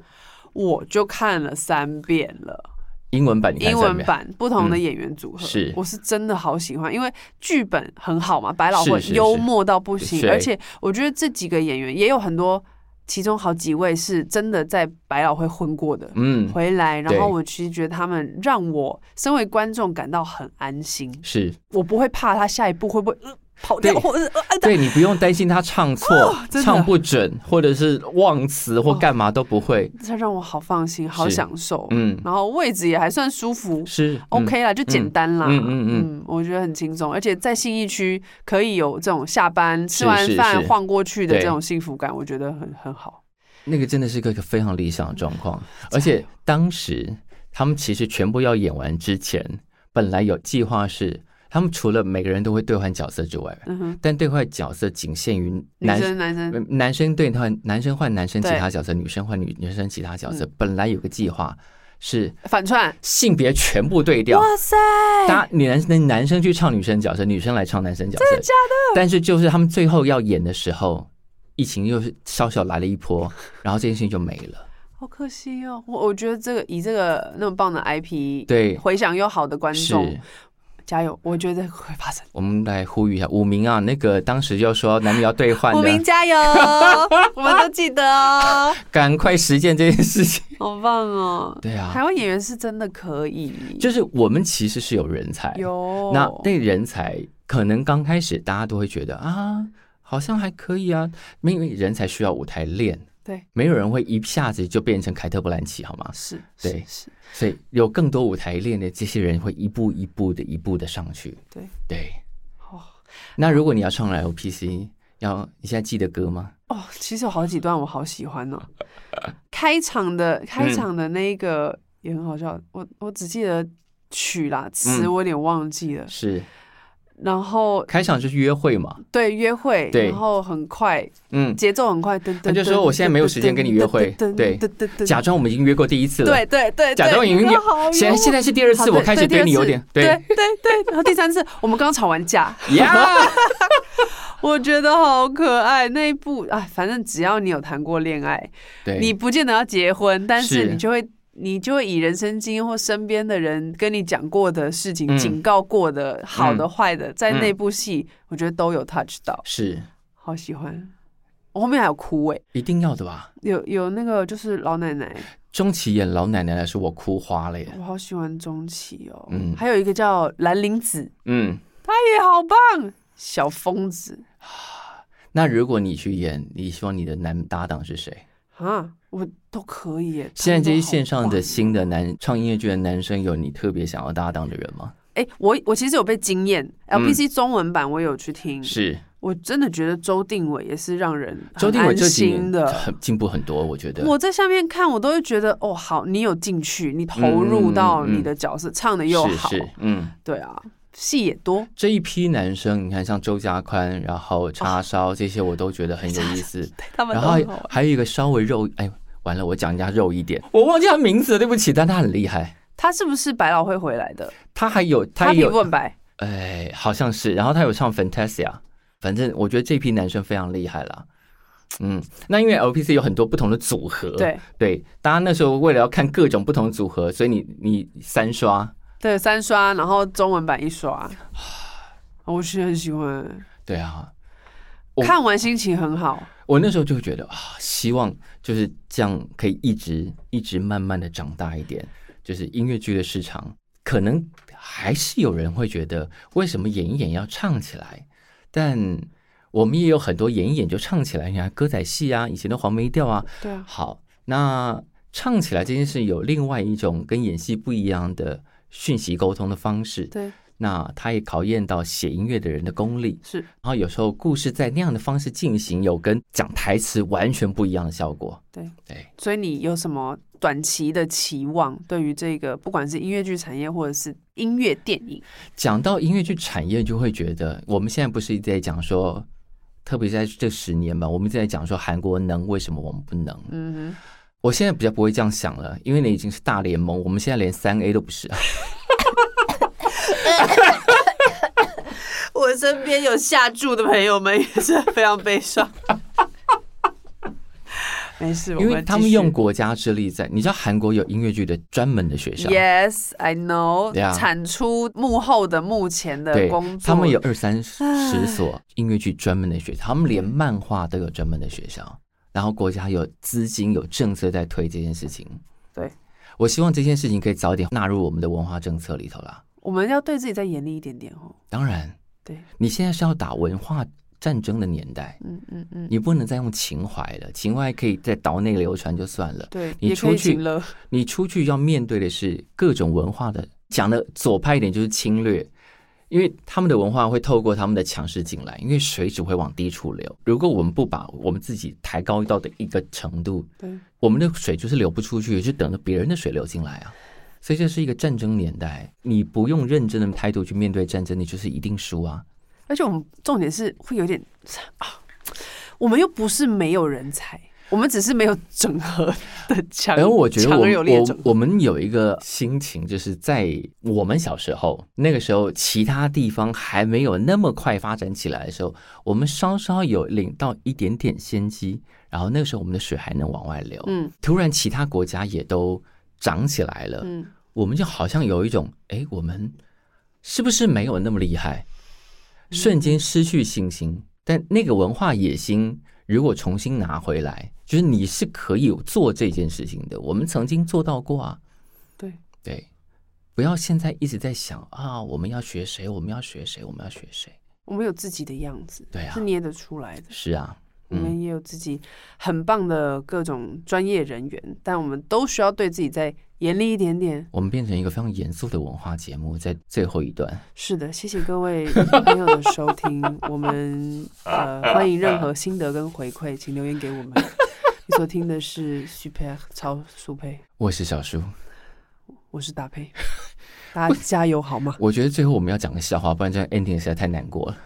Speaker 1: 我就看了三遍了。
Speaker 2: 英文版你看
Speaker 1: 英
Speaker 2: 三
Speaker 1: 文
Speaker 2: 遍
Speaker 1: 版不同的演员组合，
Speaker 2: 嗯是
Speaker 1: 我是真的好喜欢，因为剧本很好嘛，百老汇
Speaker 2: 是是
Speaker 1: 幽默到不行，
Speaker 2: 是
Speaker 1: 而且我觉得这几个演员也有很多，其中好几位是真的在百老汇混过的。
Speaker 2: 嗯，
Speaker 1: 回来，然
Speaker 2: 对
Speaker 1: 后我其实觉得他们让我身为观众感到很安心，
Speaker 2: 是
Speaker 1: 我不会怕他下一步会不会、呃、跑掉，
Speaker 2: 对
Speaker 1: 或者是、呃、啊
Speaker 2: 对你不用担心他唱错、
Speaker 1: 哦真的哦
Speaker 2: 唱不准，或者是忘词或干嘛都不会。
Speaker 1: 这让我好放心，好
Speaker 2: 是
Speaker 1: 享受，
Speaker 2: 嗯，
Speaker 1: 然后位置也还算舒服，
Speaker 2: 是
Speaker 1: 哦 OK 啦，就简单啦，
Speaker 2: 嗯
Speaker 1: 嗯
Speaker 2: 嗯
Speaker 1: 嗯
Speaker 2: 嗯
Speaker 1: 我觉得很轻松，而且在信义区可以有这种下班吃完
Speaker 2: 是
Speaker 1: 饭
Speaker 2: 是
Speaker 1: 晃过去的
Speaker 2: 对
Speaker 1: 这种幸福感，我觉得很很好。
Speaker 2: 那个真的是个一个非常理想的状况。而且
Speaker 1: 啊
Speaker 2: 当时他们其实全部要演完之前，本来有计划是。他们除了每个人都会兑换角色之外，
Speaker 1: 嗯哼，
Speaker 2: 但兑换角色仅限于
Speaker 1: 女
Speaker 2: 男
Speaker 1: 生男生
Speaker 2: 呃男生对换男生换男生其
Speaker 1: 对嗯
Speaker 2: 他角色，女生换女女生其他角色。本来有个计划是
Speaker 1: 反串，
Speaker 2: 性别全部呃对调，
Speaker 1: 哇塞，
Speaker 2: 大家男那男生去唱女生角色，女生来唱男生角色，真的假的？但是就是他们最后要演的时候，疫情又是稍稍来了一 波，然后这件事情就没了。
Speaker 1: 好可惜哦。我我觉得这个以这个那么棒的 IP，
Speaker 2: 对
Speaker 1: 回响又好的观
Speaker 2: 是，
Speaker 1: 众，加油！我觉得会发生。
Speaker 2: 我们来呼吁一下武明啊，那个当时就说男女要兑换
Speaker 1: 武明
Speaker 2: 的，
Speaker 1: 加 油，我们都记得哦，
Speaker 2: 赶快实践这件事 情。
Speaker 1: 好棒哦。
Speaker 2: 对啊
Speaker 1: 台，湾演员是真的可以，
Speaker 2: 就是我们其实是有人才，
Speaker 1: 有
Speaker 2: 那那人才可能刚开始大家都会觉得啊，好像还可以啊，因为人才需要舞台练。
Speaker 1: 对，
Speaker 2: 没有人会一下子就变成凯特·布兰奇，好吗？
Speaker 1: 是
Speaker 2: 对
Speaker 1: 是是，
Speaker 2: 所以有更多舞台练的这些人会一步一步的、一步的上去。
Speaker 1: 对
Speaker 2: 对，
Speaker 1: 哦。
Speaker 2: 那如果你要上来 LPC，要你现在记得歌吗？
Speaker 1: 哦，其实有好几段我好喜欢哦。开场的
Speaker 2: 嗯
Speaker 1: 开场的那一个也很好笑，我我只记得曲啦，词
Speaker 2: 嗯
Speaker 1: 我有点忘记了。
Speaker 2: 是
Speaker 1: 然后
Speaker 2: 开场就是约会嘛，
Speaker 1: 对约会，
Speaker 2: 对
Speaker 1: 然后很快，
Speaker 2: 嗯，
Speaker 1: 节奏很快，噔
Speaker 2: 他
Speaker 1: 噔。
Speaker 2: 就说我现在没有时间跟你约会对
Speaker 1: 对对
Speaker 2: 假装我们已经约过第一次了，
Speaker 1: 对对对，
Speaker 2: 假装已经
Speaker 1: 有。好幽
Speaker 2: 现
Speaker 1: 默
Speaker 2: 现在是第二
Speaker 1: 好
Speaker 2: 次，我开始
Speaker 1: 第
Speaker 2: 对
Speaker 1: 二
Speaker 2: 你有
Speaker 1: 次
Speaker 2: 点
Speaker 1: 对对对，然后第三次我们刚吵完架，
Speaker 2: 呀，
Speaker 1: 我觉得好可爱那一部啊，反正只要你有谈过恋爱，
Speaker 2: 对，
Speaker 1: 你不见得要结婚，但是
Speaker 2: 是
Speaker 1: 你就会你就会以人生经验或身边的人跟你讲过的事情、
Speaker 2: 嗯
Speaker 1: 警告过的好的、
Speaker 2: 嗯
Speaker 1: 坏的，在那部戏、我觉得都有 touch 到，
Speaker 2: 是
Speaker 1: 好喜欢。我后面还有哭哎、
Speaker 2: 一定要的吧？
Speaker 1: 有有那个就是老奶奶，
Speaker 2: 钟琪演老奶奶来说，我哭花了耶。
Speaker 1: 我好喜欢钟琪哦，
Speaker 2: 嗯
Speaker 1: 还有一个叫兰陵子，
Speaker 2: 嗯，
Speaker 1: 她也好棒，小疯子
Speaker 2: 那如果你去演，你希望你的男搭档是谁？
Speaker 1: 啊，我都可以耶。
Speaker 2: 现在
Speaker 1: 他
Speaker 2: 这些
Speaker 1: 们都好
Speaker 2: 线上的
Speaker 1: 棒
Speaker 2: 新的男唱音乐剧的男生，有你特别想要搭档的人吗？
Speaker 1: 哎、我我其实有被惊艳
Speaker 2: 嗯
Speaker 1: ，LPC 中文版我有去听，
Speaker 2: 是
Speaker 1: 我真的觉得周定伟也是让人嗯很
Speaker 2: 周定伟这
Speaker 1: 安
Speaker 2: 几
Speaker 1: 心
Speaker 2: 年
Speaker 1: 的。
Speaker 2: 很进步很多，我觉得。
Speaker 1: 我在下面看，我都会觉得哦，好，你有进去，你投入到你的角色，唱的又好，
Speaker 2: 嗯是是嗯，
Speaker 1: 对啊，戏也多，
Speaker 2: 这一批男生，你看像周家宽，然后叉烧这些，我都觉得很有意思。
Speaker 1: 他们
Speaker 2: 然
Speaker 1: 都
Speaker 2: 后还
Speaker 1: 很
Speaker 2: 有
Speaker 1: 好玩。
Speaker 2: 还有一个稍微肉，哎，完了，我讲人家肉一点，我忘记他名字了，对不起，但他很厉害。
Speaker 1: 他是不是百老汇回来的？
Speaker 2: 他还有
Speaker 1: 他
Speaker 2: 他
Speaker 1: 皮
Speaker 2: 有
Speaker 1: 肤很白，
Speaker 2: 哎，好像是。然后他有唱 Fantasia，反正我觉得这批男生非常厉害啦。嗯，那因为 LPC 有很多不同的组合，
Speaker 1: 对
Speaker 2: 对，大家那时候为了要看各种不同的组合，所以你你三刷，
Speaker 1: 对，三刷，然后中文版一 刷，我是很喜欢，
Speaker 2: 对啊，我
Speaker 1: 看完心情很好。
Speaker 2: 我那时候就觉得啊，希望就是这样可以一直一直慢慢的长大一点，就是音乐剧的市场可能还是有人会觉得为什么演一演要唱起来，但我们也有很多演一演就唱起来，你看歌仔戏啊，以前的黄梅调啊，
Speaker 1: 对啊，
Speaker 2: 好，那唱起来这件事有另外一种跟演戏不一样的讯息沟通的方式，
Speaker 1: 对，
Speaker 2: 那它也考验到写音乐的人的功力。
Speaker 1: 是
Speaker 2: 然后有时候故事在那样的方式进行，有跟讲台词完全不一样的效果。
Speaker 1: 对
Speaker 2: 对，
Speaker 1: 所以你有什么短期的期望？对于这个，不管是音乐剧产业或者是音乐电影，
Speaker 2: 讲到音乐剧产业，就会觉得我们现在不是一直在讲说，特别在这十年吧，我们一直在讲说韩国能，为什么我们不能？
Speaker 1: 嗯
Speaker 2: 我现在比较不会这样想了，因为你已经是大联盟，我们现在连三 A 都不 是。
Speaker 1: 哼，我身边有下注的朋友们也是非常悲伤。没事，我
Speaker 2: 因为他们
Speaker 1: 继续
Speaker 2: 用国家之力在，你知道韩国有音乐剧的专门的学校
Speaker 1: Yes, I know，、
Speaker 2: Yeah
Speaker 1: 产出幕后的、幕前的
Speaker 2: 对
Speaker 1: 工，作，嗯
Speaker 2: 他们有二三十所音乐剧专门的学校，他们连漫画都有专门的学校，然后国家有资金、有政策在推这件事情。
Speaker 1: 对，
Speaker 2: 我希望这件事情可以早点纳入我们的文化政策里头啦。
Speaker 1: 我们要对自己再严厉一点点哦。
Speaker 2: 当然，
Speaker 1: 对，
Speaker 2: 你现在是要打文化战争的年代，
Speaker 1: 嗯嗯嗯，
Speaker 2: 你不能再用情怀了，情怀可以在岛内流传就算了。
Speaker 1: 对，
Speaker 2: 你
Speaker 1: 也可
Speaker 2: 出
Speaker 1: 以
Speaker 2: 去
Speaker 1: 请了，
Speaker 2: 你出去要面对的是各种文化的，讲的左派一点就是侵略，因为他们的文化会透过他们的强势进来，因为水只会往低处流。如果我们不把我们自己抬高到的一个程度，
Speaker 1: 对，
Speaker 2: 我们的水就是流不出去，就等着别人的水流进来啊。所以这是一个战争年代，你不用认真的态度去面对战争，你就是一定输啊。
Speaker 1: 而且我们重点是会有点啊，我们又不是没有人才，我们只是没有整合的强。
Speaker 2: 然后哎我觉得
Speaker 1: 强
Speaker 2: 我
Speaker 1: 而有力的
Speaker 2: 我
Speaker 1: 整合
Speaker 2: 我们有一个心情，就是在我们小时候那个时候，其他地方还没有那么快发展起来的时候，我们稍稍有领到一点点先机，然后那个时候我们的水还能往外流。
Speaker 1: 嗯
Speaker 2: 突然，其他国家也都长起来了，
Speaker 1: 嗯，
Speaker 2: 我们就好像有一种，哎，我们是不是没有那么厉害？瞬间失去信心。但那个文化野心，如果重新拿回来，就是你是可以做这件事情的。我们曾经做到过啊，
Speaker 1: 对，
Speaker 2: 对。不要现在一直在想啊，我们要学谁？我们要学谁？我们要学谁？
Speaker 1: 我们有自己的样子，
Speaker 2: 对啊
Speaker 1: 是捏得出来的。
Speaker 2: 是啊，
Speaker 1: 我们也有自己很棒的各种专业人员，但我们都需要对自己再严厉一点点。
Speaker 2: 我们变成一个非常严肃的文化节目，在最后一段。
Speaker 1: 是的，谢谢各 位朋友的收听，我们呃欢迎任何心得跟回馈，请留言给我们。你所听的是 Super 超速配，
Speaker 2: 我是小叔，
Speaker 1: 我是搭 配，大家加油好吗？
Speaker 2: 我觉得最后我们要讲个笑话，不然这样 ending 实在太难过了。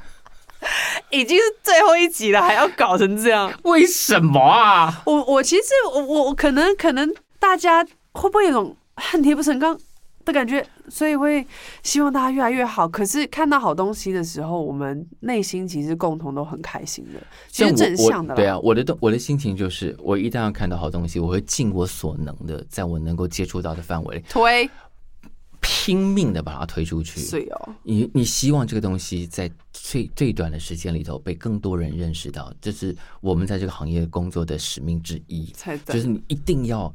Speaker 1: 已经是最后一集了，还要搞成这样？
Speaker 2: 为什么啊？
Speaker 1: 我我其实我我我可能可能大家会不会有种恨铁不成钢的感觉，所以会希望大家越来越好。可是看到好东西的时候，我们内心其实共同都很开心的，其实
Speaker 2: 像
Speaker 1: 正
Speaker 2: 我我
Speaker 1: 向的啦。
Speaker 2: 对啊，我的动我的心情就是，我一旦要看到好东西，我会尽我所能的，在我能够接触到的范围里，
Speaker 1: 推
Speaker 2: 拼命的把它推出去。
Speaker 1: 水哦，
Speaker 2: 你你希望这个东西在最最短的时间里头被更多人认识到，这是我们在这个行业工作的使命之一，
Speaker 1: 才
Speaker 2: 就是你一定要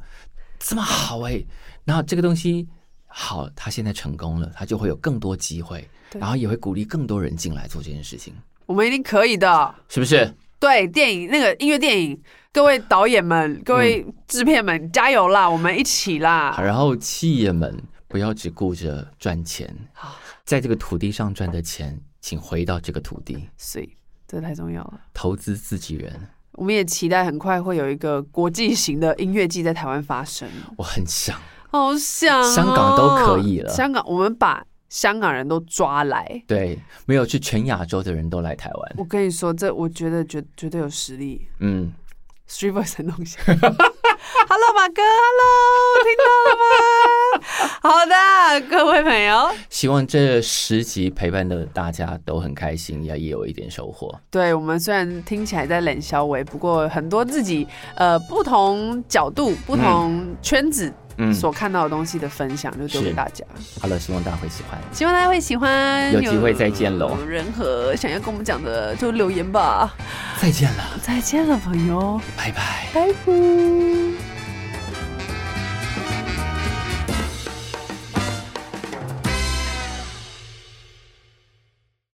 Speaker 2: 这么好哎、然后这个东西好，他现在成功了，他就会有更多机会，
Speaker 1: 对
Speaker 2: 然后也会鼓励更多人进来做这件事情，
Speaker 1: 我们一定可以的。
Speaker 2: 是不是？
Speaker 1: 对，电影那个音乐电影，各位导演们、各位制片们，加油啦！我们一起
Speaker 2: 好，
Speaker 1: 啦！
Speaker 2: 啊然后企业们不要只顾着赚钱
Speaker 1: 好，
Speaker 2: 在这个土地上赚的钱，请回到这个土地，
Speaker 1: 所以这太重要了。
Speaker 2: 投资自己人。
Speaker 1: 我们也期待很快会有一个国际型的音乐季在台湾发生，
Speaker 2: 我很想，
Speaker 1: 好想哦、
Speaker 2: 香港都可以了
Speaker 1: 香港，我们把香港人都抓来。
Speaker 2: 对，没有去全亚洲的人都来台湾，
Speaker 1: 我跟你说，这我觉得绝绝对有实力。
Speaker 2: 嗯，
Speaker 1: s t r e e t v o i c 很东 西。Hello，马哥，Hello，听 到了吗？好的，各位朋友，
Speaker 2: 希望这十集陪伴的大家都很开心，也也有一点收获。
Speaker 1: 对我们虽然听起来在冷消维，不过很多自己呃不同角度、不同圈子
Speaker 2: 嗯，
Speaker 1: 所看到的东西的分享，就丢给
Speaker 2: 是
Speaker 1: 大家。
Speaker 2: 好了，希望大家会喜欢。
Speaker 1: 希望大家会喜欢，
Speaker 2: 有机会再见喽
Speaker 1: 有任何想要跟我们讲的，就留言吧。
Speaker 2: 再见了，
Speaker 1: 再见了，朋友，
Speaker 2: 拜拜。
Speaker 1: 拜拜。